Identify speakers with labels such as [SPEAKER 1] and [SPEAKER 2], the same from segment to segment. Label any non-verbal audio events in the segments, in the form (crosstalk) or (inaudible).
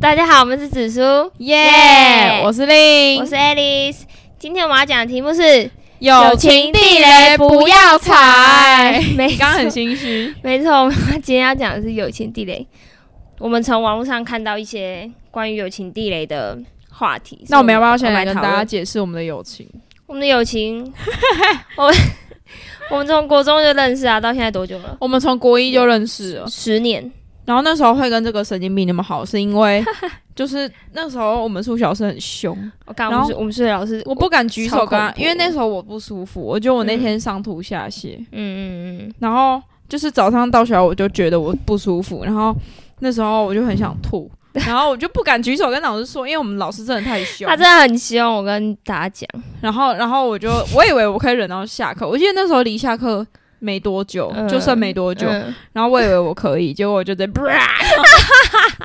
[SPEAKER 1] 大家好，我们是紫苏，耶
[SPEAKER 2] 我是令，
[SPEAKER 1] 我是 Alice。今天我们要讲的题目是
[SPEAKER 2] 友情地雷不要踩。
[SPEAKER 1] (laughs) 没
[SPEAKER 2] 你刚刚很心虚，
[SPEAKER 1] (laughs) 没错，我们今天要讲的是友情地雷。我们从网络上看到一些关于友情地雷的话题，
[SPEAKER 2] 那我们要不要
[SPEAKER 1] 所以
[SPEAKER 2] 先
[SPEAKER 1] 我
[SPEAKER 2] 来
[SPEAKER 1] 们
[SPEAKER 2] 跟
[SPEAKER 1] 讨
[SPEAKER 2] 大
[SPEAKER 1] 论
[SPEAKER 2] 家解释我们的友情？
[SPEAKER 1] 我们的友
[SPEAKER 2] (laughs)
[SPEAKER 1] 情？我我们从国中就认识啊，到现在多久了？
[SPEAKER 2] 我们从国一就认识了，
[SPEAKER 1] 十年。
[SPEAKER 2] 然后那时候会跟这个神经病那么好，是
[SPEAKER 1] (laughs)
[SPEAKER 2] 因为就是那时候我们数学老师很凶，
[SPEAKER 1] 我刚
[SPEAKER 2] 然
[SPEAKER 1] 我
[SPEAKER 2] 后
[SPEAKER 1] 们是我们是老师，
[SPEAKER 2] 我不敢举手
[SPEAKER 1] 超
[SPEAKER 2] 跟他
[SPEAKER 1] 恐，怖
[SPEAKER 2] 因为那时候我不舒服，我觉得我那天上吐下泻，
[SPEAKER 1] 嗯嗯嗯，
[SPEAKER 2] 然后就是早上到学校我就觉得我不舒服，然后那时候我就很想
[SPEAKER 1] (laughs)
[SPEAKER 2] 吐。然后我就不敢举手跟老师说，因为我们老师真的太凶。
[SPEAKER 1] 他真的很凶，我跟大家讲，
[SPEAKER 2] 然后，然后我就我以为我可以忍到下课，我记得那时候离下课没多久，
[SPEAKER 1] 嗯
[SPEAKER 2] 就剩没多久，
[SPEAKER 1] 嗯
[SPEAKER 2] 然后我以为我可以，结果我就 (laughs) 在，直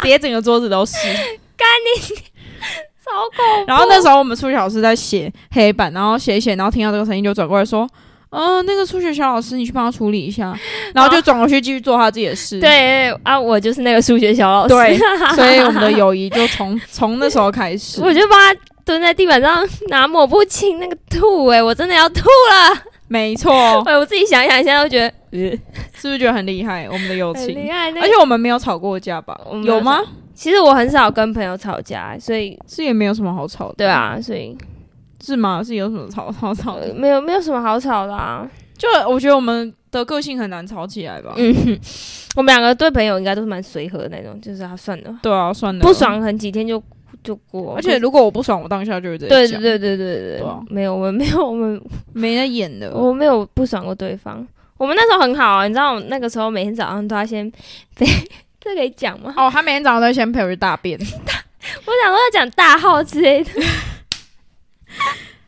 [SPEAKER 2] 接整个桌子都是。
[SPEAKER 1] 超恐
[SPEAKER 2] 然后那时候我们数学老师在写黑板，然后写一写，然后听到这个声音就转过来说。嗯、那个数学小老师，你去帮他处理一 (laughs) 下，然后就转过去继续做他自己的事。
[SPEAKER 1] 对，对啊，我就是那个数学小老师，
[SPEAKER 2] 对所以我们的友谊就从从那时候开 (laughs) 始。
[SPEAKER 1] 我就帮他蹲在地板上 (laughs) 拿抹布清那个吐、欸，我真的要吐了，
[SPEAKER 2] 没错，
[SPEAKER 1] 哎、我自己想一想，现在都觉得
[SPEAKER 2] (laughs) 是不是觉得很厉害？我们的友
[SPEAKER 1] 很
[SPEAKER 2] 情
[SPEAKER 1] 厉，害。那
[SPEAKER 2] 而
[SPEAKER 1] 个
[SPEAKER 2] 且我们没有吵过架吧
[SPEAKER 1] 我？们没有
[SPEAKER 2] 有吗？
[SPEAKER 1] 其实我很少跟朋友吵架，所以
[SPEAKER 2] 是也没有什么好吵的。
[SPEAKER 1] 对，啊，所以、
[SPEAKER 2] 是吗？是有什么吵吵吵
[SPEAKER 1] 呃
[SPEAKER 2] 的？
[SPEAKER 1] 没有没有什么好吵的啊。
[SPEAKER 2] 就我觉得我们的个性很难吵起来吧。
[SPEAKER 1] 嗯，哼，我们两个对朋友应该都是蛮随和的那种，就是啊，算了，
[SPEAKER 2] 对啊，算了，
[SPEAKER 1] 不。爽可能几天就就过。
[SPEAKER 2] 而且如果我不爽，我当下就会直接
[SPEAKER 1] 对对
[SPEAKER 2] 讲
[SPEAKER 1] 对对对对
[SPEAKER 2] 对哦啊
[SPEAKER 1] 没有，我们没有，我们
[SPEAKER 2] 没得演的。
[SPEAKER 1] 我没有不爽过对方。我们那时候很好啊，你知道，我那个时候每天早上都要先 (laughs) 这可以讲吗？
[SPEAKER 2] 哦，他每天早上都会先陪我去大便，
[SPEAKER 1] 我想说要讲大号之类的。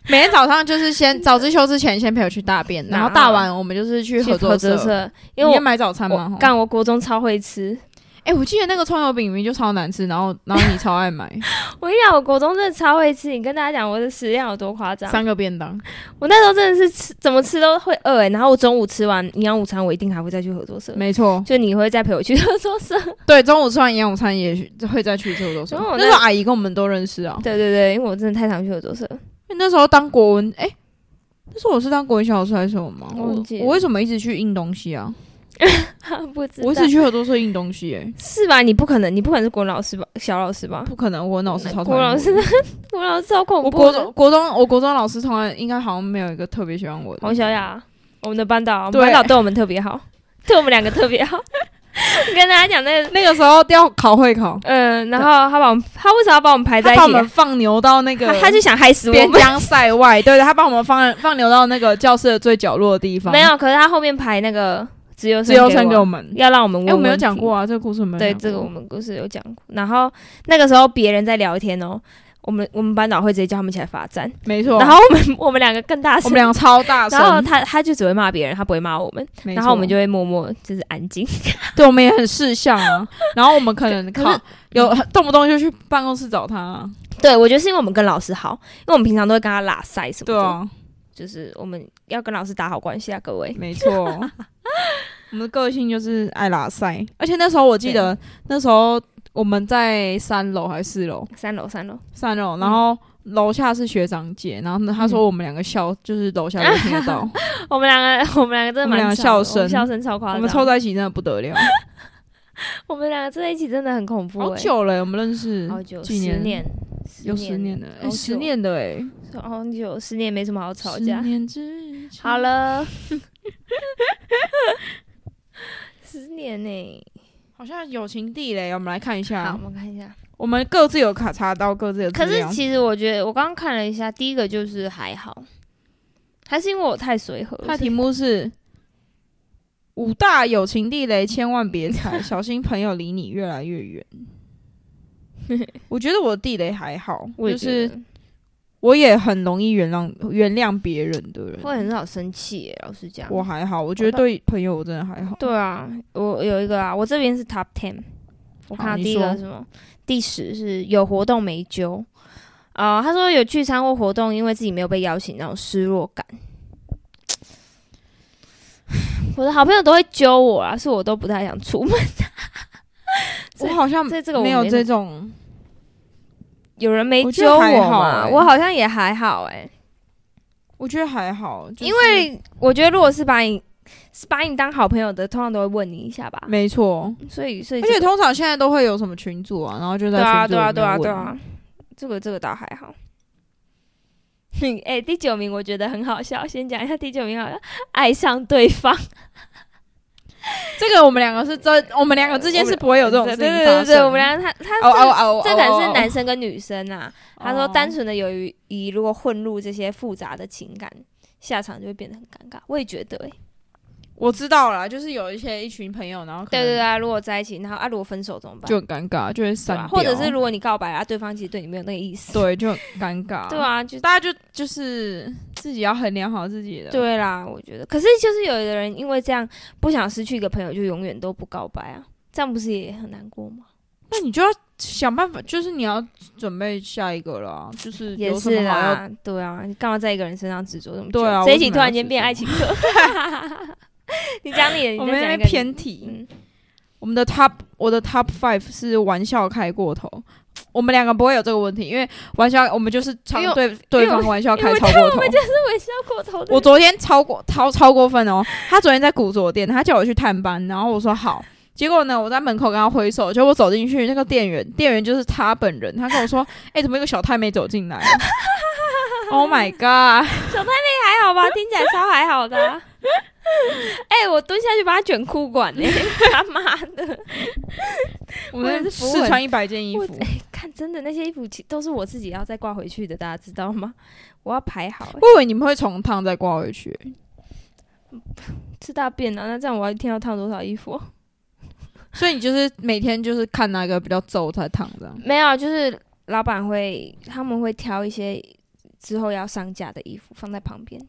[SPEAKER 2] 每天早上就是先早自修之前先陪我去大 (laughs) 便，
[SPEAKER 1] 哪
[SPEAKER 2] 然后大完我们就是啊去
[SPEAKER 1] 去
[SPEAKER 2] 合
[SPEAKER 1] 合
[SPEAKER 2] 作
[SPEAKER 1] 作
[SPEAKER 2] 社。
[SPEAKER 1] 社，
[SPEAKER 2] 你
[SPEAKER 1] 因为
[SPEAKER 2] 也
[SPEAKER 1] 我
[SPEAKER 2] 买早餐吗
[SPEAKER 1] 我？干我国中超会吃，
[SPEAKER 2] 哎、我记得那个葱油饼明明就超难吃，然后然后你超爱买
[SPEAKER 1] 我跟你讲，我国中真的超会吃。你跟大家讲我的食量有多夸张，
[SPEAKER 2] 三个便 (laughs) 当，
[SPEAKER 1] 我那时候真的是吃怎么吃都会饿、欸、然后我中午吃完营养午餐，我一定还会再去合作社。
[SPEAKER 2] 没错。
[SPEAKER 1] 就你会再陪我去 (laughs) 合作社？
[SPEAKER 2] 对，中午吃完营养午餐也许会再去吃合作社。
[SPEAKER 1] 然后我
[SPEAKER 2] 那时候阿姨跟我们都认识啊。
[SPEAKER 1] 对对对，因为我真的太常去合作社。
[SPEAKER 2] 因为那时候当国文，哎、那时候我是当国文小老师还是什么吗？
[SPEAKER 1] 忘记了
[SPEAKER 2] 我为什么一直去印东西啊？
[SPEAKER 1] (laughs) 不知道
[SPEAKER 2] 我一直去合作社印东西、哎，
[SPEAKER 1] 是吧？你不可能，你不可能是国文老师吧？小老师吧？
[SPEAKER 2] 不可能，我文老师超
[SPEAKER 1] (laughs)
[SPEAKER 2] 讨
[SPEAKER 1] 国文
[SPEAKER 2] 厌
[SPEAKER 1] 老
[SPEAKER 2] 我
[SPEAKER 1] 师，国文老师超恐怖的。
[SPEAKER 2] 我国中国中我国中老师从来应该好像没有一个特别喜欢我
[SPEAKER 1] 黄
[SPEAKER 2] 的。
[SPEAKER 1] 小雅，我们的班导，我们
[SPEAKER 2] 对
[SPEAKER 1] 班导对我们特别好，对我们两个特别好。 (laughs) 你跟大家讲那个
[SPEAKER 2] 那个时候要考会考，
[SPEAKER 1] 嗯，然后他把我们，他为什么要把我们排在
[SPEAKER 2] 他
[SPEAKER 1] 一
[SPEAKER 2] 把我
[SPEAKER 1] 起
[SPEAKER 2] 们
[SPEAKER 1] 啊？
[SPEAKER 2] 放牛到那个
[SPEAKER 1] (laughs) 他他就想害死我
[SPEAKER 2] 边
[SPEAKER 1] 们。
[SPEAKER 2] 疆塞外，对对，他把我们放放牛到那个教室的最角落的地方，
[SPEAKER 1] 没有，可是他后面排那个自由
[SPEAKER 2] 自由生
[SPEAKER 1] 生
[SPEAKER 2] 给
[SPEAKER 1] 给
[SPEAKER 2] 我
[SPEAKER 1] 们，
[SPEAKER 2] 们。
[SPEAKER 1] 要让我们问。
[SPEAKER 2] 哎、我没有讲过。啊，这个故事我没有
[SPEAKER 1] 对，
[SPEAKER 2] 讲
[SPEAKER 1] 这个
[SPEAKER 2] 过
[SPEAKER 1] 我们故事有讲过。然后那个时候别人在聊天哦，我们我们班导会直接叫他们起来罚站，
[SPEAKER 2] 没错。
[SPEAKER 1] 然后我们我们两个更大
[SPEAKER 2] 啊我
[SPEAKER 1] 声
[SPEAKER 2] 们。两个超大声
[SPEAKER 1] 然，后他他就只会骂别人，他不会骂我们，
[SPEAKER 2] 没
[SPEAKER 1] 然后我
[SPEAKER 2] 错
[SPEAKER 1] 们就会默默就是安静。
[SPEAKER 2] (laughs) 对，我们也很识相啊。然后我们可能
[SPEAKER 1] 可可是
[SPEAKER 2] 靠有动不动就去办公室找他、啊
[SPEAKER 1] 对我觉得是因为我们跟老师好，因为我们平常都会跟他拉塞什么的，
[SPEAKER 2] 对啊，
[SPEAKER 1] 就是我们要跟老师打好关系啊，各位。(laughs)
[SPEAKER 2] 没错。我们的个性就是爱拉塞，而且那时候我记得那时候我们在三楼还是四楼？
[SPEAKER 1] 三楼三楼，
[SPEAKER 2] 三楼，
[SPEAKER 1] 嗯
[SPEAKER 2] 然后楼下是学长姐，然后他说我们两个笑，就是楼下都听得到，
[SPEAKER 1] 我们两个，我们两个真的
[SPEAKER 2] 我
[SPEAKER 1] 蛮
[SPEAKER 2] 们两个
[SPEAKER 1] 吵的
[SPEAKER 2] 笑声
[SPEAKER 1] 我们笑声 (laughs) 超夸张。
[SPEAKER 2] 我们凑在一起真的不
[SPEAKER 1] (laughs)
[SPEAKER 2] 得了，
[SPEAKER 1] 我们两个在一起真的很恐怖、欸，
[SPEAKER 2] 好久了，我们认识
[SPEAKER 1] 好久，
[SPEAKER 2] 几
[SPEAKER 1] 十年，
[SPEAKER 2] 有十年了，哎
[SPEAKER 1] 好久
[SPEAKER 2] 十年的哎，
[SPEAKER 1] 好久，十年没什么好吵架
[SPEAKER 2] 十。年之前
[SPEAKER 1] 好
[SPEAKER 2] (laughs)
[SPEAKER 1] 了，十年呢、欸
[SPEAKER 2] 好像友情地雷，我们来看一下。
[SPEAKER 1] 好，我们看一下。
[SPEAKER 2] 我们各自有卡查到各自的资
[SPEAKER 1] 可是
[SPEAKER 2] 料，
[SPEAKER 1] 其实我觉得，我刚刚看了一下，第一个就是还好，还是因为我太随和了。
[SPEAKER 2] 它题目是五大友情地雷，千万别踩，小心朋友离你越来
[SPEAKER 1] (laughs)
[SPEAKER 2] 越远。我觉得我的地雷还好，
[SPEAKER 1] 我也
[SPEAKER 2] 就
[SPEAKER 1] 觉
[SPEAKER 2] 是
[SPEAKER 1] 得
[SPEAKER 2] 我也很容易原谅原谅别人的人，
[SPEAKER 1] 会啊很少生气、欸，老实讲。
[SPEAKER 2] 我还好，我觉得对朋友我真的还好。
[SPEAKER 1] 对啊，我有一个啊，我这边是 top ten，我看
[SPEAKER 2] 好
[SPEAKER 1] 到
[SPEAKER 2] 你
[SPEAKER 1] 第一个
[SPEAKER 2] 说
[SPEAKER 1] 是什么？第十是有活动没揪。啊、他说有聚餐或活动，因为自己没有被邀请，那种失落感。 (sighs) 我的好朋友都会揪我啊，是我都不太想出门。
[SPEAKER 2] 我好像
[SPEAKER 1] 这这个我
[SPEAKER 2] 没
[SPEAKER 1] 没
[SPEAKER 2] 有
[SPEAKER 1] 什
[SPEAKER 2] 这
[SPEAKER 1] 么
[SPEAKER 2] 种
[SPEAKER 1] 有人没
[SPEAKER 2] 我觉得
[SPEAKER 1] 揪我
[SPEAKER 2] 还好
[SPEAKER 1] 嘛，
[SPEAKER 2] 欸
[SPEAKER 1] 我好像也还好哎、
[SPEAKER 2] 我觉得还好，就是
[SPEAKER 1] 因为我觉得如果是把你是把你当好朋友的，通常都会问你一下吧。
[SPEAKER 2] 没错，
[SPEAKER 1] 所以，所以
[SPEAKER 2] 而
[SPEAKER 1] 这
[SPEAKER 2] 且
[SPEAKER 1] 个
[SPEAKER 2] 通常现在都会有什么群组啊，然后就在
[SPEAKER 1] 对啊，
[SPEAKER 2] 群组
[SPEAKER 1] 对
[SPEAKER 2] 里
[SPEAKER 1] 啊，
[SPEAKER 2] 面
[SPEAKER 1] 对啊，
[SPEAKER 2] 问
[SPEAKER 1] 对啊，这个这个倒还好。 (laughs) 哎、第九名我觉得很好笑，先讲一下第九名好像爱上对方，
[SPEAKER 2] 这个我们两个是真，我们两个之间是不会有这种
[SPEAKER 1] 对
[SPEAKER 2] 事
[SPEAKER 1] 对
[SPEAKER 2] 情
[SPEAKER 1] 对
[SPEAKER 2] 发
[SPEAKER 1] 对
[SPEAKER 2] 生。
[SPEAKER 1] 对，我们俩他他
[SPEAKER 2] 哦哦
[SPEAKER 1] 这
[SPEAKER 2] 哦，
[SPEAKER 1] 这可
[SPEAKER 2] 哦
[SPEAKER 1] 能是男，生跟女生啊，
[SPEAKER 2] 哦
[SPEAKER 1] 他说单纯的由于遗落混入这些复杂的情感，下场就会变得很尴尬。我也觉得、欸，
[SPEAKER 2] 我知道了，就是有一些一群朋友，然后可
[SPEAKER 1] 对
[SPEAKER 2] 能
[SPEAKER 1] 对对、啊，如果在一起，然后啊，如果分手怎么办？
[SPEAKER 2] 就很尴尬，就会
[SPEAKER 1] 对
[SPEAKER 2] 散
[SPEAKER 1] 吧？
[SPEAKER 2] 掉，
[SPEAKER 1] 或者是如果你告白啊，对方其实对你没有那个意思，
[SPEAKER 2] 对就啊很尴
[SPEAKER 1] (laughs)
[SPEAKER 2] 尬，
[SPEAKER 1] 对，啊，就
[SPEAKER 2] 大家就就是自己要衡量好自己的，，
[SPEAKER 1] 对啦，我觉得。可是就是有的人因为这样不想失去一个朋友，就永远都不告白啊，这样不是也很难过吗？
[SPEAKER 2] 那你就要想办法，就是你要准备下一个了啊，就是
[SPEAKER 1] 也
[SPEAKER 2] 有什
[SPEAKER 1] 是
[SPEAKER 2] 么好要
[SPEAKER 1] 啦，对啊，你干嘛在一个人身上执着这么久？
[SPEAKER 2] 对啊
[SPEAKER 1] 这一
[SPEAKER 2] 为
[SPEAKER 1] 集
[SPEAKER 2] 什么
[SPEAKER 1] 突
[SPEAKER 2] 要
[SPEAKER 1] 然间
[SPEAKER 2] 执
[SPEAKER 1] 变
[SPEAKER 2] 着
[SPEAKER 1] 爱情课，你讲你的，
[SPEAKER 2] 我
[SPEAKER 1] 你
[SPEAKER 2] 们
[SPEAKER 1] 再
[SPEAKER 2] 那
[SPEAKER 1] 讲一
[SPEAKER 2] 边
[SPEAKER 1] 个你
[SPEAKER 2] 偏题，
[SPEAKER 1] 嗯
[SPEAKER 2] 我们的 top 我的 top five 是玩笑开过头。我们两个不会有这个问题，因为玩笑我们就是常
[SPEAKER 1] 因为
[SPEAKER 2] 对对方玩笑
[SPEAKER 1] 因为
[SPEAKER 2] 开
[SPEAKER 1] 我
[SPEAKER 2] 超过头。
[SPEAKER 1] 这微笑过头的
[SPEAKER 2] 我昨天超过超超过分哦，他昨天在古着店，他叫我去探班，然后我说好。结果呢，我在门口跟他挥手，结果我走进去，那个店员，店员就是他本人，他跟我说：“ (laughs) 哎、怎么有个小太妹走进来、啊、？”Oh (laughs) my god！
[SPEAKER 1] 还好吧，听起来超还好的
[SPEAKER 2] (laughs)
[SPEAKER 1] 啊、哎、我蹲下去把他卷裤管呢、他妈的！
[SPEAKER 2] 我
[SPEAKER 1] 我也
[SPEAKER 2] 们
[SPEAKER 1] 是服
[SPEAKER 2] 试
[SPEAKER 1] 文
[SPEAKER 2] 穿一百件衣
[SPEAKER 1] 我
[SPEAKER 2] 服，
[SPEAKER 1] 看真的那些衣服其都是我自己要再挂回去的，大家知道吗？我要排好、欸，
[SPEAKER 2] 我以为你们会重烫再挂回去，
[SPEAKER 1] 吃大便啊！那这样我要一天要烫多少衣服？
[SPEAKER 2] 所以你就是每天就是看哪个比较皱才啊烫这样。
[SPEAKER 1] 没有，啊就是老板会他们会挑一些之后要上架的衣服放在旁边，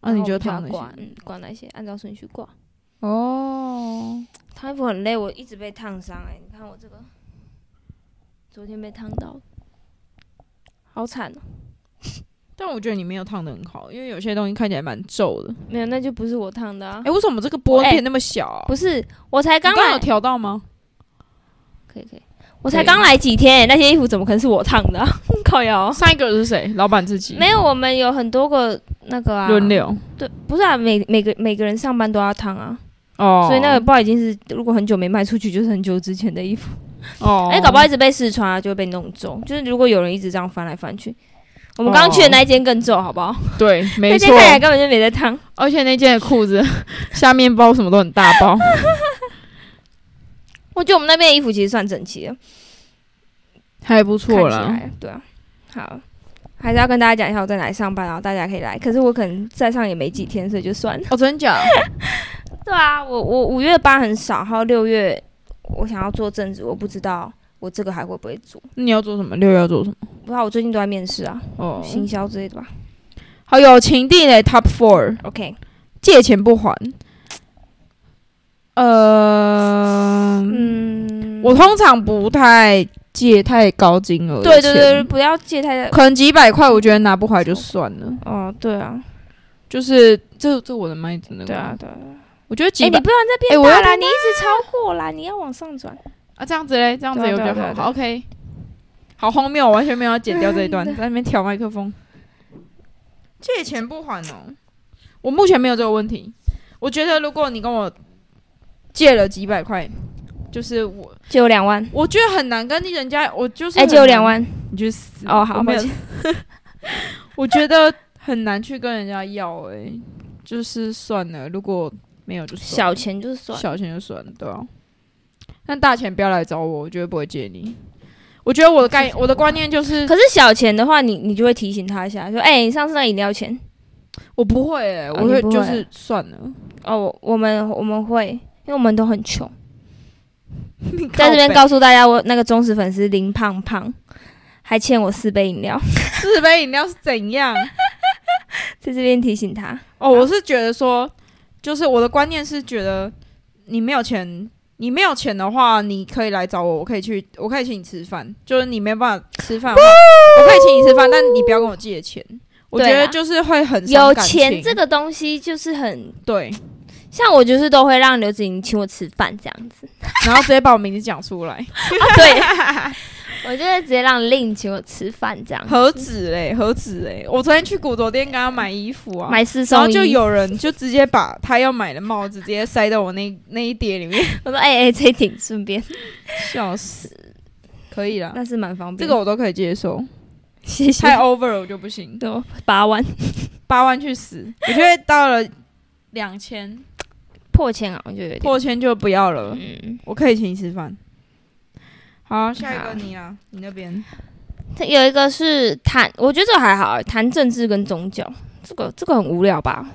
[SPEAKER 2] 啊，你
[SPEAKER 1] 然后我哦们
[SPEAKER 2] 就
[SPEAKER 1] 就要
[SPEAKER 2] 烫那
[SPEAKER 1] 挂
[SPEAKER 2] 些，
[SPEAKER 1] 嗯，挂那些按照顺序挂。嗯
[SPEAKER 2] 哦，
[SPEAKER 1] 烫衣服很累，我一直被烫伤哎、你看我这个，昨天被烫到，好惨哦、
[SPEAKER 2] 但我觉得你没有烫的很好，因为有些东西看起来蛮皱的。
[SPEAKER 1] 没有，那就不是我烫的啊
[SPEAKER 2] 哎、。为什么这个波
[SPEAKER 1] 哎
[SPEAKER 2] 变那么小啊、
[SPEAKER 1] 不是，我才刚
[SPEAKER 2] 你刚刚有
[SPEAKER 1] 来，
[SPEAKER 2] 调到吗？
[SPEAKER 1] 可以可以，我才刚来几天、那些衣服怎么可能是我烫 (laughs) 的、啊？靠腰，
[SPEAKER 2] 上一个是谁？老板自己
[SPEAKER 1] 没有，我们有很多个那个啊，
[SPEAKER 2] 轮，流
[SPEAKER 1] 对，不是啊，每每个每个人上班都要烫啊，
[SPEAKER 2] 哦，
[SPEAKER 1] 所以那个包已经是如果很久没卖出去，就是很久之前的衣服，
[SPEAKER 2] 哦，
[SPEAKER 1] 哎、搞不好一直被试穿啊，就会被弄皱，就是如果有人一直这样翻来翻去。我们刚刚去的那一间更皱，好不好？
[SPEAKER 2] 对，
[SPEAKER 1] 那
[SPEAKER 2] 没
[SPEAKER 1] 间
[SPEAKER 2] 错，
[SPEAKER 1] 看起来根本就哦没在烫。
[SPEAKER 2] 而且那件裤子 (laughs) 下面包什么都很大包，
[SPEAKER 1] (laughs) 我觉得我们那边的衣服其实算整齐的，
[SPEAKER 2] 还
[SPEAKER 1] 看
[SPEAKER 2] 不错
[SPEAKER 1] 起
[SPEAKER 2] 啦。
[SPEAKER 1] 来对啊，好，还是要跟大家讲一下我在哪里上班，然啊后大家可以来。可是我可能在上也没几天，所以就算了。
[SPEAKER 2] 哦，真假？
[SPEAKER 1] 对啊，我我五月班很少，还有六月我想要做正职，我不知道我这个还会不会做，
[SPEAKER 2] 那你要做什么？六月要做什么？
[SPEAKER 1] 不知道我最近都在面试啊，
[SPEAKER 2] 哦，
[SPEAKER 1] 行销之类的吧。
[SPEAKER 2] 好，友情地雷 Top Four，
[SPEAKER 1] OK，
[SPEAKER 2] 借钱不还。呃，
[SPEAKER 1] 嗯，
[SPEAKER 2] 我通常不太借太高金额，
[SPEAKER 1] 对对对，，不要借太
[SPEAKER 2] 可能几百块，我觉得拿不回来就算了。
[SPEAKER 1] 哦，对啊，
[SPEAKER 2] 就是这这我的麦子那个，
[SPEAKER 1] 对啊，，对啊。对啊
[SPEAKER 2] 我觉得几
[SPEAKER 1] 哎，你
[SPEAKER 2] 百
[SPEAKER 1] 不要啊在
[SPEAKER 2] 哎
[SPEAKER 1] 变
[SPEAKER 2] 我
[SPEAKER 1] 大
[SPEAKER 2] 要
[SPEAKER 1] 啦，
[SPEAKER 2] 看
[SPEAKER 1] 你一直超过啦，你要往上转。
[SPEAKER 2] 啊，这样子嘞，这样子
[SPEAKER 1] 对啊
[SPEAKER 2] 有比较
[SPEAKER 1] 对啊
[SPEAKER 2] 好。
[SPEAKER 1] 对啊
[SPEAKER 2] 好 OK，好荒谬，我完全没有要剪掉这
[SPEAKER 1] (laughs)
[SPEAKER 2] 一段，在那边调麦克风。借钱不还哦，我目前没有这个问题。我觉得如果你跟我借了几百块，就是我，
[SPEAKER 1] 借我两万，
[SPEAKER 2] 我觉得很难跟人家，我就是
[SPEAKER 1] 哎，
[SPEAKER 2] 很
[SPEAKER 1] 借我
[SPEAKER 2] 难
[SPEAKER 1] 两，万。
[SPEAKER 2] 你去死
[SPEAKER 1] 哦好
[SPEAKER 2] 我没有
[SPEAKER 1] 抱，
[SPEAKER 2] 我觉得很难去跟人家要、哎，就是算了，如果没有就算了
[SPEAKER 1] 小钱就算了，
[SPEAKER 2] 小钱就算了，对啊。但大钱不要来找我，我绝对不会借你。我觉得我的概我的观念就是，
[SPEAKER 1] 可是小钱的话你，你就会提醒他一下，说：“哎、你上次那饮料钱
[SPEAKER 2] 我不会、欸，我
[SPEAKER 1] 啊你
[SPEAKER 2] 会
[SPEAKER 1] 不会
[SPEAKER 2] 就是算了。 (laughs)
[SPEAKER 1] 哦，我我们我们会，因为我们都很穷。
[SPEAKER 2] 你靠
[SPEAKER 1] 在这边
[SPEAKER 2] 北
[SPEAKER 1] 告诉大家，我那个忠实粉丝林胖胖还欠我四杯饮料， (laughs)
[SPEAKER 2] 四杯饮料是怎样？
[SPEAKER 1] 在这边提醒他。
[SPEAKER 2] 哦，我是觉得说，就是我的观念是觉得你没有钱，你没有钱的话，你可以来找我，我可以去，我可以请你吃饭。就是你没办法吃饭的话，我可以请你吃饭，但你不要跟我借钱。我觉
[SPEAKER 1] 对啦啊
[SPEAKER 2] 得就是会很伤
[SPEAKER 1] 有
[SPEAKER 2] 感
[SPEAKER 1] 钱
[SPEAKER 2] 情
[SPEAKER 1] 这个东西就是很
[SPEAKER 2] 对，
[SPEAKER 1] 像我，就是都会让刘子莹请我吃饭这样子。 (laughs)
[SPEAKER 2] (laughs) 然后直接把我名字讲出来。
[SPEAKER 1] 对，我就是直接让令请我吃饭这样，
[SPEAKER 2] 何止嘞，何止嘞！我昨天去古着店跟他买衣服啊，
[SPEAKER 1] 买四
[SPEAKER 2] 然
[SPEAKER 1] 送
[SPEAKER 2] 后
[SPEAKER 1] 一。
[SPEAKER 2] 就有人就直接把他要买的帽子直接塞到我那那一叠里面，
[SPEAKER 1] 我说哎哎、这一挺顺便，
[SPEAKER 2] 笑死！可以啦，
[SPEAKER 1] 那是蛮方便。
[SPEAKER 2] 这个我都可以接受，
[SPEAKER 1] 谢谢
[SPEAKER 2] 太 over 了我就不行，
[SPEAKER 1] 对八万
[SPEAKER 2] 八万去死！我觉得到了两千
[SPEAKER 1] 破千好像就有点，
[SPEAKER 2] 破千就不要了，
[SPEAKER 1] 嗯，
[SPEAKER 2] 我可以请你吃饭。好，下一个你啦，你那边
[SPEAKER 1] 它有一个是谈，我觉得这个还好，谈政治跟宗教，这个这个很无聊吧？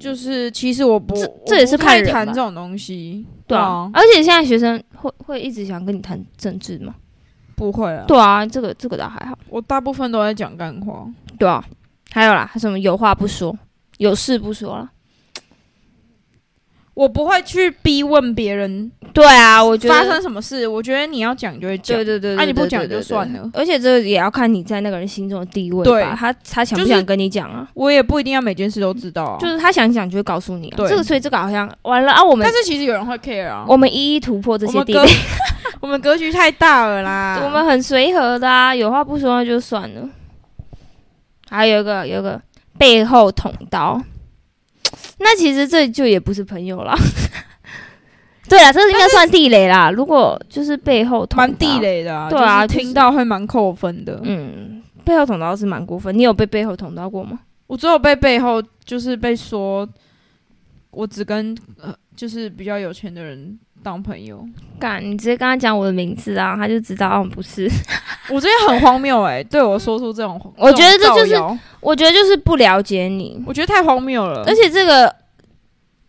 [SPEAKER 2] 就是其实我不
[SPEAKER 1] 这
[SPEAKER 2] 我
[SPEAKER 1] 这也是
[SPEAKER 2] 不太
[SPEAKER 1] 看人
[SPEAKER 2] 谈
[SPEAKER 1] 吧
[SPEAKER 2] 这种东西，
[SPEAKER 1] 对啊，而且现在学生会会一直想跟你谈政治吗？
[SPEAKER 2] 不会啊，
[SPEAKER 1] 对啊，这个这个倒还好。
[SPEAKER 2] 我大部分都在讲干话。
[SPEAKER 1] 对啊，还有啦，什么有话不说，有事不说了。
[SPEAKER 2] 我不会去逼问别人
[SPEAKER 1] 对啊，我觉得
[SPEAKER 2] 发生什么事，我觉得你要讲就会讲
[SPEAKER 1] 对，对对，
[SPEAKER 2] 啊你不
[SPEAKER 1] 对对
[SPEAKER 2] 讲
[SPEAKER 1] 对
[SPEAKER 2] 就
[SPEAKER 1] 对
[SPEAKER 2] 算了
[SPEAKER 1] 而且这也要看你在那个人心中的地位
[SPEAKER 2] 对
[SPEAKER 1] 吧，他他想不
[SPEAKER 2] 就是
[SPEAKER 1] 想跟你讲啊？
[SPEAKER 2] 我也不一定要每件事都知道啊。
[SPEAKER 1] 就是他想讲就会告诉你啊。
[SPEAKER 2] 对
[SPEAKER 1] 这个所以这个好像完了啊，我们
[SPEAKER 2] 但是其实有人会 care 啊，
[SPEAKER 1] 我们一一突破这
[SPEAKER 2] 我
[SPEAKER 1] 些
[SPEAKER 2] 们啊
[SPEAKER 1] 地
[SPEAKER 2] 格
[SPEAKER 1] 雷，
[SPEAKER 2] 我们格局太大了啦。
[SPEAKER 1] 我们很随和的啊，有话不说那就算了。还有一个有一个背后捅刀，那其实这就也不是朋友啦。 (laughs) 对啊，这应该算地雷啦。如果就是背后捅刀
[SPEAKER 2] 蛮地，雷的啊，
[SPEAKER 1] 对啊
[SPEAKER 2] 就是
[SPEAKER 1] 就是
[SPEAKER 2] 听到会蛮扣分的。
[SPEAKER 1] 嗯，背后捅刀是蛮过分。你有被背后捅刀过吗？
[SPEAKER 2] 我只有被背后就是被说，我只跟呃就是比较有钱的人当
[SPEAKER 1] (laughs)
[SPEAKER 2] 朋友，
[SPEAKER 1] 干，你直接跟他讲我的名字啊，他就知道、哦、不是。
[SPEAKER 2] 我觉得很荒谬哎、对我说出这种，
[SPEAKER 1] (laughs) 我觉得
[SPEAKER 2] 这种
[SPEAKER 1] 这就是
[SPEAKER 2] 造谣
[SPEAKER 1] 我觉得就是不了解你，
[SPEAKER 2] 我觉得太荒谬了，
[SPEAKER 1] 而且这个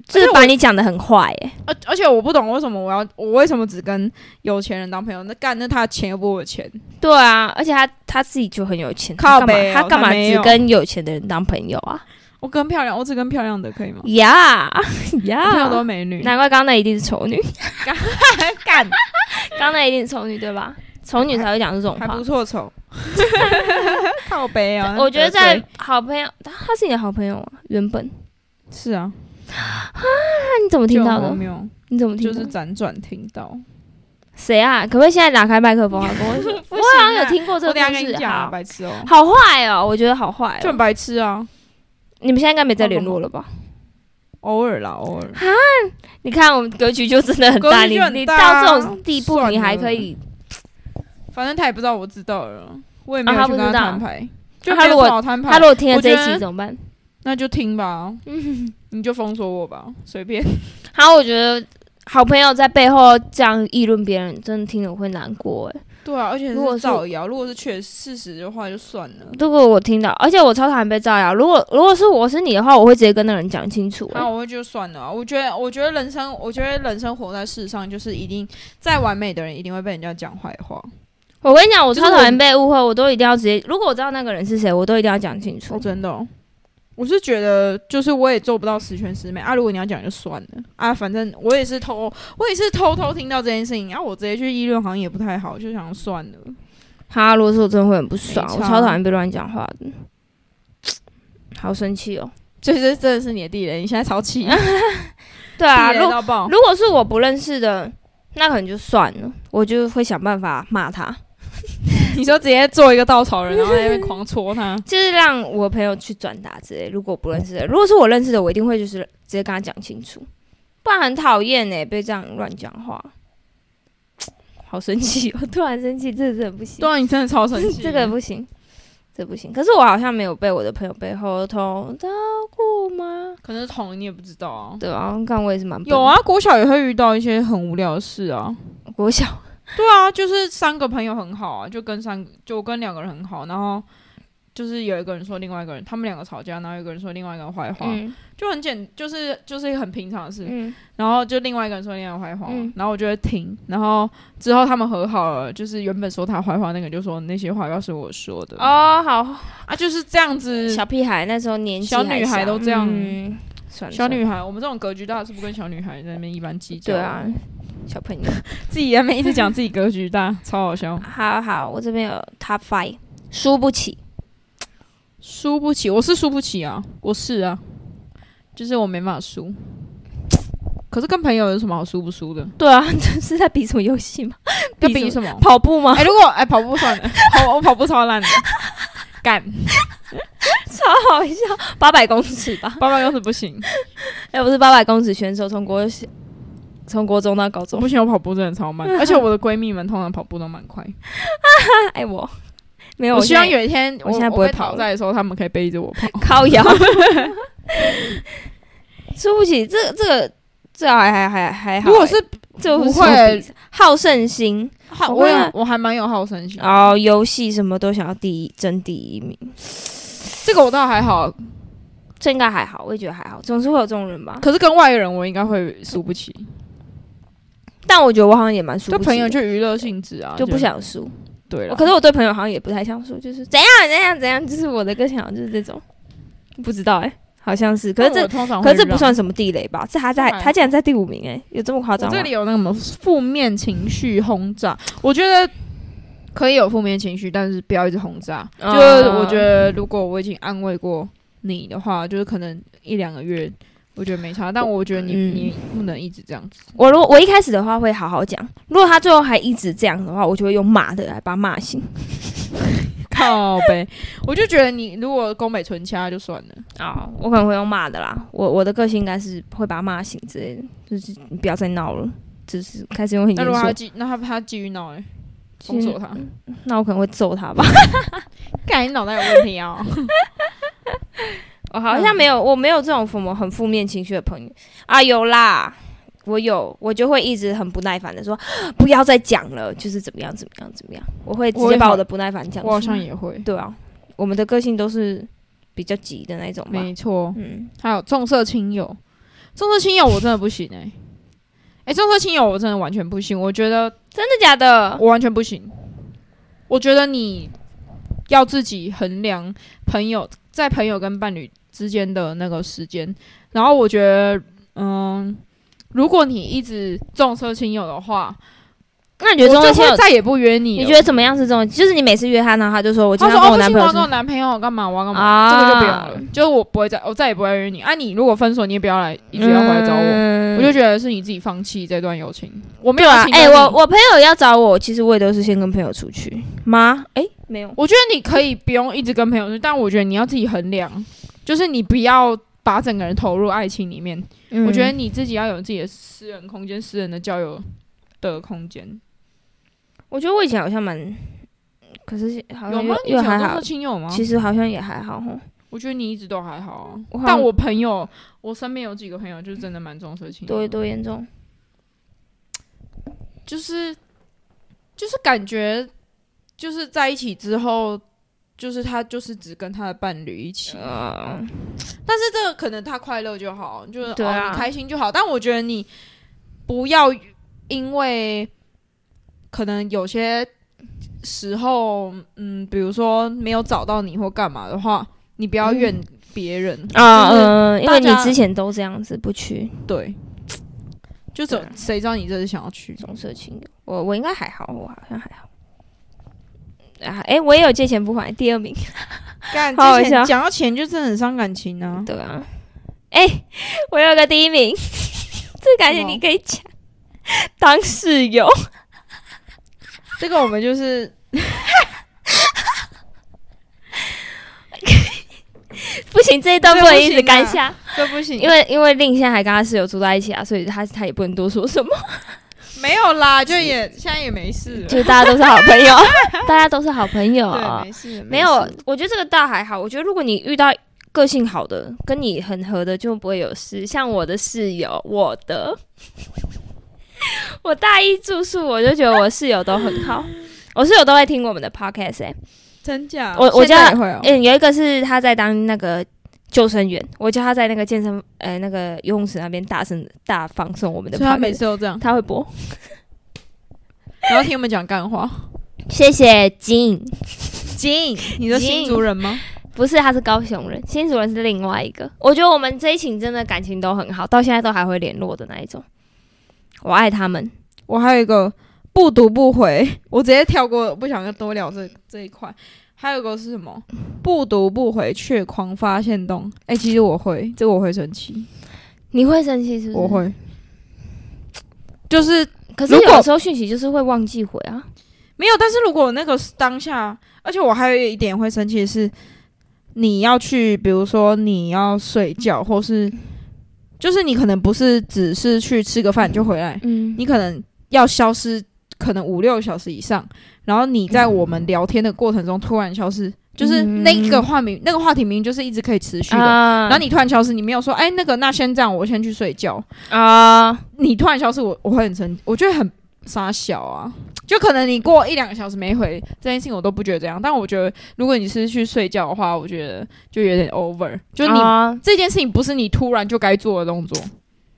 [SPEAKER 1] 就
[SPEAKER 2] 而且
[SPEAKER 1] 是
[SPEAKER 2] 我
[SPEAKER 1] 把你讲的很坏欸耶、
[SPEAKER 2] 而而且我不懂为什么我要我为什么只跟有钱人当朋友？那干那他的钱又不是我的钱，
[SPEAKER 1] 对啊，而且他他自己就很有钱，
[SPEAKER 2] 靠
[SPEAKER 1] 他干
[SPEAKER 2] 北
[SPEAKER 1] 嘛
[SPEAKER 2] 哦
[SPEAKER 1] 他干嘛
[SPEAKER 2] 他没
[SPEAKER 1] 只
[SPEAKER 2] 有
[SPEAKER 1] 跟有钱的人当朋友啊？
[SPEAKER 2] 我跟漂亮，我只跟漂亮的可以吗？
[SPEAKER 1] 呀
[SPEAKER 2] 我朋友都
[SPEAKER 1] 呀，
[SPEAKER 2] 是美女，
[SPEAKER 1] 难怪啊刚刚那一定是丑女，
[SPEAKER 2] (laughs) 干
[SPEAKER 1] 刚刚那一定是丑女对吧？丑女才会讲这种
[SPEAKER 2] 还
[SPEAKER 1] 话
[SPEAKER 2] 不。
[SPEAKER 1] (laughs)
[SPEAKER 2] 错丑，靠背啊！
[SPEAKER 1] 我觉得
[SPEAKER 2] 得罪
[SPEAKER 1] 在好朋友，他他是你的好朋友啊，原本
[SPEAKER 2] 是啊，
[SPEAKER 1] 那你怎么听到
[SPEAKER 2] 就很
[SPEAKER 1] 的
[SPEAKER 2] 荒？谬
[SPEAKER 1] 你怎么听
[SPEAKER 2] 就
[SPEAKER 1] 到
[SPEAKER 2] 是
[SPEAKER 1] 的？
[SPEAKER 2] 辗转听到。
[SPEAKER 1] 谁啊？可不可以现在打开麦克风
[SPEAKER 2] (laughs)
[SPEAKER 1] 啊？跟我说，
[SPEAKER 2] 我
[SPEAKER 1] 我好像有，听过这
[SPEAKER 2] 我
[SPEAKER 1] 个
[SPEAKER 2] 等一下
[SPEAKER 1] 故
[SPEAKER 2] 跟你
[SPEAKER 1] 事，
[SPEAKER 2] 讲啊，
[SPEAKER 1] 好
[SPEAKER 2] 白痴哦，
[SPEAKER 1] (laughs) 好坏哦，我觉得好坏、
[SPEAKER 2] 就很
[SPEAKER 1] 哦。
[SPEAKER 2] 白痴啊，
[SPEAKER 1] 你们现在应该没再联络了吧？
[SPEAKER 2] 偶尔啦，偶尔。
[SPEAKER 1] 你看我们格局就真的很大，
[SPEAKER 2] 格局
[SPEAKER 1] 你
[SPEAKER 2] 就很
[SPEAKER 1] 你
[SPEAKER 2] 大啊
[SPEAKER 1] 到这种地步，
[SPEAKER 2] 算
[SPEAKER 1] 你还
[SPEAKER 2] 了
[SPEAKER 1] 可以？
[SPEAKER 2] 反正他也不知道我知道了，我也没有
[SPEAKER 1] 啊他
[SPEAKER 2] 去
[SPEAKER 1] 不
[SPEAKER 2] 跟他
[SPEAKER 1] 知道啊
[SPEAKER 2] 摊牌，就
[SPEAKER 1] 他
[SPEAKER 2] 没
[SPEAKER 1] 如
[SPEAKER 2] 有
[SPEAKER 1] 果
[SPEAKER 2] 什么好摊
[SPEAKER 1] 他
[SPEAKER 2] 牌
[SPEAKER 1] 如。果听了
[SPEAKER 2] 我
[SPEAKER 1] 这
[SPEAKER 2] 觉
[SPEAKER 1] 一
[SPEAKER 2] 得
[SPEAKER 1] 集怎么办？
[SPEAKER 2] 那就听
[SPEAKER 1] (laughs)
[SPEAKER 2] 吧，你就封锁我吧，随便。
[SPEAKER 1] 好，我觉得好朋友在背后这样议论别人，真的听了我会难过哎。
[SPEAKER 2] 对啊，而且
[SPEAKER 1] 如果
[SPEAKER 2] 是
[SPEAKER 1] 是
[SPEAKER 2] 造谣，如果是确事实的话就算了。
[SPEAKER 1] 如果我听到，而且我超讨厌被造谣。如果如果是我是你的话，我会直接跟那个人讲清楚欸。
[SPEAKER 2] 那我会就算了啊、我觉得，我觉得人生，我觉得人生活在世上，就是一定再完美的人，一定会被人家讲坏话。
[SPEAKER 1] 我跟你讲，我
[SPEAKER 2] 就是
[SPEAKER 1] 超讨
[SPEAKER 2] 我
[SPEAKER 1] 厌被误会，我都一定要直接。如果我知道那个人是谁，我都一定要讲清
[SPEAKER 2] 哦，
[SPEAKER 1] 楚。
[SPEAKER 2] 真的、哦，我是觉得，就是我也做不到十全十美啊。如果你要讲就算了啊，反正我也是偷，我也是偷偷听到这件事情，啊然、后我直接去议论好像也不太好，就想算了。
[SPEAKER 1] 哈，如果是我真的会很不爽，
[SPEAKER 2] 没
[SPEAKER 1] 我
[SPEAKER 2] 差
[SPEAKER 1] 超讨厌被乱讲话的，好生气哦。
[SPEAKER 2] 这这真的是你的地雷，你现在超
[SPEAKER 1] (laughs)
[SPEAKER 2] 气，
[SPEAKER 1] 对啊，
[SPEAKER 2] 地
[SPEAKER 1] 如
[SPEAKER 2] 雷到爆。
[SPEAKER 1] 如果是我不认识的，那可能就算了，我就会想办法骂他，
[SPEAKER 2] 你说直接做一个稻草人，然后在那边狂戳
[SPEAKER 1] (laughs)
[SPEAKER 2] 他。
[SPEAKER 1] 就是让我朋友去转达之类。如果我不认识的，如果是我认识的，我一定会就是直接跟他讲清楚，不然很讨厌哎，被这样乱讲话，好生气哦！突然生气，这真的不行 (laughs)
[SPEAKER 2] 对，啊，你真的超生气。
[SPEAKER 1] 这个不行。这不行，可是我好像没有被我的朋友背后捅到过吗？
[SPEAKER 2] 可能是捅了你也不知道啊。
[SPEAKER 1] 对啊，看我也是蛮笨
[SPEAKER 2] 有，啊，国小也会遇到一些很无聊的事啊。
[SPEAKER 1] 国小
[SPEAKER 2] 对啊，就是三个朋友很好啊，就跟三就跟两个人很好，然后就是有一个人说另外一个人，他们两个吵架，然后有一个人说另外一个人坏话，
[SPEAKER 1] 嗯
[SPEAKER 2] 就很简，就是就是很平常的事。
[SPEAKER 1] 嗯，
[SPEAKER 2] 然后就另外一个人说另外一个人坏话，
[SPEAKER 1] 嗯
[SPEAKER 2] 然后我就会听，然后之后他们和好了，就是原本说他坏话那个就说那些坏话是我说的、
[SPEAKER 1] 哦，好，
[SPEAKER 2] 啊，就是这样子。
[SPEAKER 1] 小屁孩那时候年纪
[SPEAKER 2] 小女孩
[SPEAKER 1] 嗯还小
[SPEAKER 2] 都这样
[SPEAKER 1] 嗯、算了
[SPEAKER 2] 小
[SPEAKER 1] 算了
[SPEAKER 2] 女孩，我们这种格局大是不跟小女孩在那边一般计较。
[SPEAKER 1] 对啊，，小朋友，
[SPEAKER 2] 自己在那边一直讲自己格局大，超好笑。
[SPEAKER 1] 好好，我这边有 top five，输不起，
[SPEAKER 2] 输不起，我是输不起啊，我是啊，就是我没办法输。可是跟朋友有什么好输不输的？
[SPEAKER 1] (laughs) 对啊，这是在比什么游戏吗？
[SPEAKER 2] 要
[SPEAKER 1] 比
[SPEAKER 2] 比
[SPEAKER 1] 什
[SPEAKER 2] 什么？
[SPEAKER 1] (laughs) 跑步吗？
[SPEAKER 2] (laughs) 哎、如果哎、跑步算了，跑我跑步超烂的， (laughs) 干
[SPEAKER 1] 超 (laughs) 好笑，八百公尺吧？
[SPEAKER 2] 八百公尺不行，
[SPEAKER 1] (laughs) 哎、我是八百公尺选手，从国从国中到高
[SPEAKER 2] 我
[SPEAKER 1] 中
[SPEAKER 2] 不行，我跑步真的超 (laughs) 慢，而且我的闺蜜们通常跑步都蛮快。
[SPEAKER 1] (laughs) 爱我，没有，
[SPEAKER 2] 我希望
[SPEAKER 1] 现在
[SPEAKER 2] 有一天
[SPEAKER 1] 我现在不会
[SPEAKER 2] 被
[SPEAKER 1] 跑
[SPEAKER 2] 淘
[SPEAKER 1] 了
[SPEAKER 2] 汰的时候，他们可以背着我跑。
[SPEAKER 1] 靠 (laughs) 摇。输不起，这这个这还还还还好、
[SPEAKER 2] 如果
[SPEAKER 1] 哎
[SPEAKER 2] 是
[SPEAKER 1] 这
[SPEAKER 2] 不
[SPEAKER 1] 是什么
[SPEAKER 2] 会
[SPEAKER 1] 比赛好胜心，
[SPEAKER 2] 好，
[SPEAKER 1] 我
[SPEAKER 2] 我
[SPEAKER 1] 会
[SPEAKER 2] 有啊
[SPEAKER 1] 啊
[SPEAKER 2] 我还蛮有好胜心，
[SPEAKER 1] 然后游戏什么都想要第一争第一名，
[SPEAKER 2] 这个我倒还好，
[SPEAKER 1] 这应该还好，我也觉得还好，总是会有这种人吧。
[SPEAKER 2] 可是跟外人我应该会输不起，
[SPEAKER 1] 但我觉得我好像也蛮输不
[SPEAKER 2] 就
[SPEAKER 1] 起的，
[SPEAKER 2] 朋友就娱乐性质啊，
[SPEAKER 1] 就不想输。
[SPEAKER 2] 对了。
[SPEAKER 1] 可是我对朋友好像也不太想输，就是怎样怎样怎样，就是我的个性好像就是这种，不知道哎、好像是。可是
[SPEAKER 2] 但
[SPEAKER 1] 这
[SPEAKER 2] 我通常会
[SPEAKER 1] 可是这不
[SPEAKER 2] 让
[SPEAKER 1] 算什么地雷吧？这他在
[SPEAKER 2] 这还好
[SPEAKER 1] 他竟然在第五名哎、有这么夸张
[SPEAKER 2] 我
[SPEAKER 1] 吗
[SPEAKER 2] 这？里有那个什么负面情绪轰炸，我觉得可以有负面情绪，但是不要一直轰炸。
[SPEAKER 1] 嗯
[SPEAKER 2] 就是我觉得，如果我已经安慰过你的话，就是可能一两个月，我觉得没差。但我觉得你、
[SPEAKER 1] 嗯
[SPEAKER 2] 你不能一直这样子，
[SPEAKER 1] 我如果我一开始的话会好好讲，如果他最后还一直这样的话，我就会用骂的来把他骂醒。
[SPEAKER 2] 靠呗。我就觉得你如果宫北纯掐就算了，
[SPEAKER 1] 哦，我可能会用骂的啦。我我的个性应该是会把他骂醒之类的，就是你不要再闹了，就是开始用很
[SPEAKER 2] 那
[SPEAKER 1] 严
[SPEAKER 2] 如果他
[SPEAKER 1] 肃。
[SPEAKER 2] 继那他他继续闹、欸，
[SPEAKER 1] 继续
[SPEAKER 2] 封锁他，
[SPEAKER 1] 那我可能会揍他吧。 (laughs)
[SPEAKER 2] 干你脑袋有问题啊！
[SPEAKER 1] 我哦好像没有，我没有这种什么很负面情绪的朋友啊，有啦。我有，我就会一直很不耐烦的说，不要再讲了，就是怎么样怎么样怎么样，我会直
[SPEAKER 2] 我
[SPEAKER 1] 接
[SPEAKER 2] 也好
[SPEAKER 1] 把我的不耐烦讲出
[SPEAKER 2] 我好像
[SPEAKER 1] 来。
[SPEAKER 2] 也会，
[SPEAKER 1] 对啊，我们的个性都是比较急的那种嘛。
[SPEAKER 2] 没错。
[SPEAKER 1] 嗯，
[SPEAKER 2] 还有重色轻友，重色轻友我真的不行哎、欸，哎、重色轻友我真的完全不行，我觉得
[SPEAKER 1] 真的假的？
[SPEAKER 2] 我完全不行，我觉得你要自己衡量朋友在朋友跟伴侣之间的那个时间，然后我觉得，嗯，如果你一直重色轻友的话，
[SPEAKER 1] 那你觉得
[SPEAKER 2] 我
[SPEAKER 1] 中
[SPEAKER 2] 就
[SPEAKER 1] 文亲
[SPEAKER 2] 会
[SPEAKER 1] 友？
[SPEAKER 2] 再也不约你了。
[SPEAKER 1] 你觉得怎么样是中文？就是你每次约他，然后他就说我今
[SPEAKER 2] 他
[SPEAKER 1] 天
[SPEAKER 2] 说：“
[SPEAKER 1] 要跟我
[SPEAKER 2] 哦，不
[SPEAKER 1] 男朋
[SPEAKER 2] 行，
[SPEAKER 1] 友出去
[SPEAKER 2] 我要跟我男朋友，我干嘛，我要干嘛，
[SPEAKER 1] 啊
[SPEAKER 2] 这个就不要了。就是我不会再，我再也不会约你啊！你如果分手，你也不要来，一直要回来找我。
[SPEAKER 1] 嗯
[SPEAKER 2] 我就觉得是你自己放弃这段友情，我没
[SPEAKER 1] 对
[SPEAKER 2] 有
[SPEAKER 1] 啊，哎、
[SPEAKER 2] 哎、
[SPEAKER 1] 我我朋友要找我，其实我也都是先跟朋友出去吗？哎、没有，
[SPEAKER 2] 我觉得你可以不用一直跟朋友去，但我觉得你要自己衡量，就是你不要把整个人投入爱情里面。我觉得
[SPEAKER 1] 嗯
[SPEAKER 2] 你自己要有自己的私人空间、私人的交友的空间，
[SPEAKER 1] 我觉得我以前好像蛮，可是好
[SPEAKER 2] 有
[SPEAKER 1] 像
[SPEAKER 2] 吗
[SPEAKER 1] 又？
[SPEAKER 2] 你
[SPEAKER 1] 哦又
[SPEAKER 2] 讲
[SPEAKER 1] 还
[SPEAKER 2] 中
[SPEAKER 1] 好
[SPEAKER 2] 色，亲友吗？
[SPEAKER 1] 其实好像也还好吼。
[SPEAKER 2] 我觉得你一直都还好啊
[SPEAKER 1] 我好像
[SPEAKER 2] 但我朋友，我身边有几个朋友就是真的蛮重色轻友的，
[SPEAKER 1] 多多严重？
[SPEAKER 2] 就是就是感觉就是在一起之后，就是他就是只跟他的伴侣一起，
[SPEAKER 1] 呃，
[SPEAKER 2] 但是这个可能他快乐就好，就是
[SPEAKER 1] 对啊
[SPEAKER 2] 哦、你开心就好。但我觉得你不要因为可能有些时候，嗯，比如说没有找到你或干嘛的话，你不要怨
[SPEAKER 1] 嗯
[SPEAKER 2] 别人
[SPEAKER 1] 啊，
[SPEAKER 2] 就是
[SPEAKER 1] 嗯，因
[SPEAKER 2] 大
[SPEAKER 1] 为你
[SPEAKER 2] 家
[SPEAKER 1] 之前都这样子不去
[SPEAKER 2] 对，就
[SPEAKER 1] 对
[SPEAKER 2] 走
[SPEAKER 1] 啊，
[SPEAKER 2] 谁知道你这是想要去？
[SPEAKER 1] 重色轻友，我我应该还好，我好像还好。啊，哎、我也有借钱不还，第二名。
[SPEAKER 2] 干，
[SPEAKER 1] 好好
[SPEAKER 2] 之前
[SPEAKER 1] 笑
[SPEAKER 2] 讲到钱就真的很伤感情啊。
[SPEAKER 1] (laughs) 对啊，哎、我有个第一名， (laughs) 这感觉
[SPEAKER 2] 什么
[SPEAKER 1] 你可以讲。当室友，
[SPEAKER 2] 这个我们就是
[SPEAKER 1] (laughs) 不行，这一段
[SPEAKER 2] 这
[SPEAKER 1] 不能
[SPEAKER 2] 不
[SPEAKER 1] 一直
[SPEAKER 2] 行啊
[SPEAKER 1] 干下，
[SPEAKER 2] 这不行，
[SPEAKER 1] 因为因为令现在还跟他室友住在一起啊，所以他他也不能多说什么，
[SPEAKER 2] 没有啦，就也现在也没事 (laughs) 了，
[SPEAKER 1] 就大家都是好朋友， (laughs) 大家都是好朋友
[SPEAKER 2] 对，
[SPEAKER 1] 啊。
[SPEAKER 2] 没事，
[SPEAKER 1] 没有
[SPEAKER 2] 事，
[SPEAKER 1] 我觉得这个倒还好。我觉得如果你遇到个性好的，跟你很合的，就不会有事。像我的室友，我的， (laughs) 我大一住宿，我就觉得我室友都很好，我室友都会听我们的 podcast 哎、
[SPEAKER 2] 真假？
[SPEAKER 1] 我我
[SPEAKER 2] 现在
[SPEAKER 1] 家
[SPEAKER 2] 也会哦。
[SPEAKER 1] 嗯，有一个是他在当那个救生员，我叫他在那个健身呃那个游泳池那边大声大放送我们的
[SPEAKER 2] 所以他每
[SPEAKER 1] podcast，
[SPEAKER 2] 次都这样，
[SPEAKER 1] 他会播。
[SPEAKER 2] 然后听我们讲干话。
[SPEAKER 1] 谢谢金，
[SPEAKER 2] 金，你是新族人吗？
[SPEAKER 1] 不是他是高雄人，新主人是另外一个。我觉得我们这一群真的感情都很好，到现在都还会联络的那一种。我爱他们，
[SPEAKER 2] 我还有一个不读不回，我直接跳过，不想多聊这这一块。还有一个是什么？不读不回却狂发现动。哎、其实我会，这个我会生气，
[SPEAKER 1] 嗯你会生气是不是？
[SPEAKER 2] 我会，就是
[SPEAKER 1] 可是
[SPEAKER 2] 如果
[SPEAKER 1] 有时候讯息就是会忘记回啊。
[SPEAKER 2] 没有，但是如果那个是当下，而且我还有一点会生气的是，你要去，比如说你要睡觉，或是就是你可能不是只是去吃个饭就回来，
[SPEAKER 1] 嗯，
[SPEAKER 2] 你可能要消失可能五六小时以上，然后你在我
[SPEAKER 1] 嗯
[SPEAKER 2] 们聊天的过程中突然消失，就是那个话明那个话题明明就是一直可以持续的，
[SPEAKER 1] 啊
[SPEAKER 2] 然后你突然消失，你没有说哎那个那先这样，我先去睡觉，
[SPEAKER 1] 啊，
[SPEAKER 2] 你突然消失，我我会很生，我觉得很傻小啊。就可能你过一两个小时没回这件事情，我都不觉得这样。但我觉得，如果你是去睡觉的话，我觉得就有点 over。就是你、
[SPEAKER 1] 啊
[SPEAKER 2] 这件事情不是你突然就该做的动作。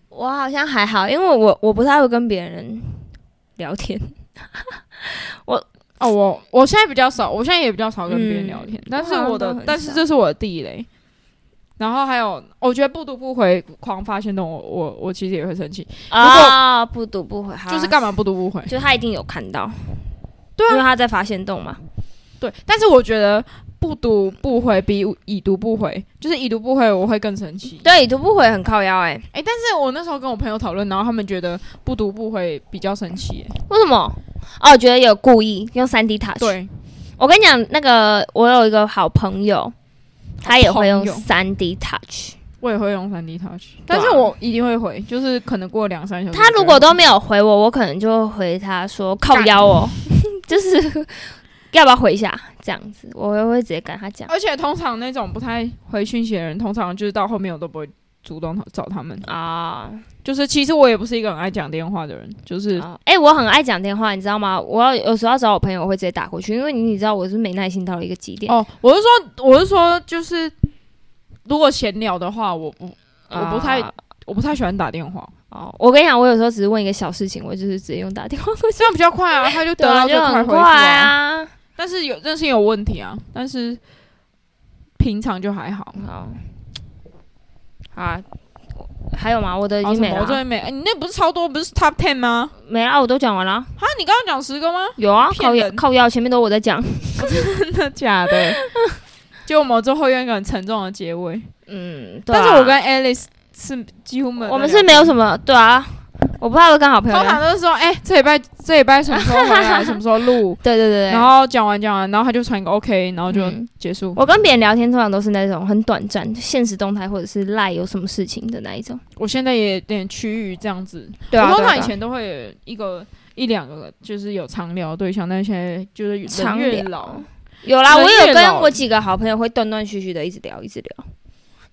[SPEAKER 1] 我好像还好，因为我我不太会跟别人聊天。
[SPEAKER 2] 哦，我我现在比较少，我现在也比较少跟别人
[SPEAKER 1] 嗯
[SPEAKER 2] 聊天，但是
[SPEAKER 1] 我好像
[SPEAKER 2] 我的
[SPEAKER 1] 都很，
[SPEAKER 2] 但是
[SPEAKER 1] 少
[SPEAKER 2] 这是我的地雷。然后还有，我觉得不读不回狂发现动，我我我其实也会生气，
[SPEAKER 1] 啊，不读不回，好
[SPEAKER 2] 就是干嘛不读不回？
[SPEAKER 1] 就他一定有看到，
[SPEAKER 2] 对啊
[SPEAKER 1] 因为他在发现洞嘛。
[SPEAKER 2] 对，但是我觉得不读不回比已读不回，就是已读不回我会更生气。
[SPEAKER 1] 对，读不回很靠腰哎、
[SPEAKER 2] 哎、但是我那时候跟我朋友讨论，然后他们觉得不读不回比较生气、欸。
[SPEAKER 1] 为什么？哦，我觉得有故意用三 D touch。，
[SPEAKER 2] 对，
[SPEAKER 1] 我跟你讲，那个我有一个好朋友，他也会用
[SPEAKER 2] 朋友
[SPEAKER 1] 三 D touch。
[SPEAKER 2] 我也会用三 D touch，但是我一定会回，就是可能过两三小时就
[SPEAKER 1] 他
[SPEAKER 2] 会。
[SPEAKER 1] 如果都没有回我，我可能就会回他
[SPEAKER 2] (laughs)
[SPEAKER 1] 说靠腰哦，就是 (laughs) 要不要回一下这样子，我会会直接跟他讲。
[SPEAKER 2] 而且通常那种不太回讯息的人，通常就是到后面我都不会主动找他们。
[SPEAKER 1] 啊
[SPEAKER 2] 就是其实我也不是一个很爱讲电话的人，就是
[SPEAKER 1] 啊！哎、我很爱讲电话，你知道吗？我要有时候要找我朋友，我会直接打过去，因为你你知道我是没耐心到了一个极点。
[SPEAKER 2] 哦，我是说，我是说，就是如果闲聊的话，我不
[SPEAKER 1] 啊
[SPEAKER 2] 我不太我不太喜欢打电话，
[SPEAKER 1] 哦，我跟你讲，我有时候只是问一个小事情，我就是直接用打电话过去，
[SPEAKER 2] 这样比较
[SPEAKER 1] (laughs)
[SPEAKER 2] 快啊，他就得
[SPEAKER 1] 啊，
[SPEAKER 2] 到
[SPEAKER 1] 就
[SPEAKER 2] 最快
[SPEAKER 1] 很
[SPEAKER 2] 回复
[SPEAKER 1] 快。啊。
[SPEAKER 2] 但是有但是有问题啊，但是平常就还好。
[SPEAKER 1] 好，好啊，我还有吗？我的已
[SPEAKER 2] 啊
[SPEAKER 1] 经
[SPEAKER 2] 什
[SPEAKER 1] 没
[SPEAKER 2] 么？
[SPEAKER 1] 了
[SPEAKER 2] 我这
[SPEAKER 1] 啊，
[SPEAKER 2] 边没，哎你那不是超多，不是 top ten 吗？
[SPEAKER 1] 没了啊，我都讲完了啊。
[SPEAKER 2] 哈，你刚刚讲
[SPEAKER 1] (laughs)
[SPEAKER 2] 十个吗？
[SPEAKER 1] 有啊，
[SPEAKER 2] 骗
[SPEAKER 1] 靠腰
[SPEAKER 2] 人
[SPEAKER 1] 靠腰，前面都我在讲。
[SPEAKER 2] 真的假的？ (laughs) 就我们最后用一个很沉重的结尾，
[SPEAKER 1] 嗯，对啊
[SPEAKER 2] 但是我跟 Alice 是几乎没有，
[SPEAKER 1] 我们是没有什么对啊，我不太会跟好朋友
[SPEAKER 2] 通常
[SPEAKER 1] 聊。
[SPEAKER 2] 都是说，哎、这礼拜这礼拜什么时候回来，什么
[SPEAKER 1] (laughs)
[SPEAKER 2] 时候录，
[SPEAKER 1] 对对对对，
[SPEAKER 2] 然后讲完讲完，然后他就传一个 OK，然后就
[SPEAKER 1] 嗯
[SPEAKER 2] 结束。
[SPEAKER 1] 我跟别人聊天通常都是那种很短暂，就现实动态或者是赖有什么事情的那一种。
[SPEAKER 2] 我现在也有点趋于这样子，
[SPEAKER 1] 对啊，
[SPEAKER 2] 我通
[SPEAKER 1] 对
[SPEAKER 2] 常
[SPEAKER 1] 啊
[SPEAKER 2] 以前都会有一个一两个就是有常聊的对象，但是现在就是人
[SPEAKER 1] 常
[SPEAKER 2] 越
[SPEAKER 1] 聊
[SPEAKER 2] 老，
[SPEAKER 1] 啊有啦，
[SPEAKER 2] 人
[SPEAKER 1] 我有
[SPEAKER 2] 越
[SPEAKER 1] 跟
[SPEAKER 2] 老
[SPEAKER 1] 我几个好朋友会断断续续的一直聊，一直聊，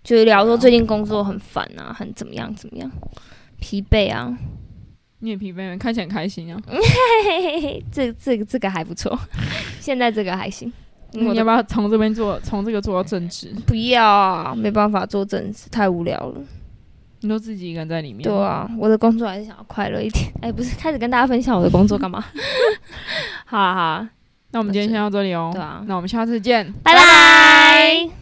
[SPEAKER 1] 就是聊说最近工作很烦啊，很怎么样怎么样，疲惫啊。 (laughs)
[SPEAKER 2] 你也疲惫吗，看起来很开心啊。
[SPEAKER 1] 嘿嘿嘿嘿，这这个这个还不错， (laughs) 现在这个还行。
[SPEAKER 2] 你
[SPEAKER 1] 嗯我的
[SPEAKER 2] 要不要从这边做，从这个做到正职？
[SPEAKER 1] 不要啊，没办法做正职，太无聊了。
[SPEAKER 2] 你都自己一个人在里面，
[SPEAKER 1] 对啊，我的工作还是想要快乐一点。哎，不是，开始跟大家分享我的工作干嘛？ (laughs) 好啊好啊，
[SPEAKER 2] 那我们今天先到这里哦。
[SPEAKER 1] 对啊
[SPEAKER 2] 那我们下次见，
[SPEAKER 1] 拜拜。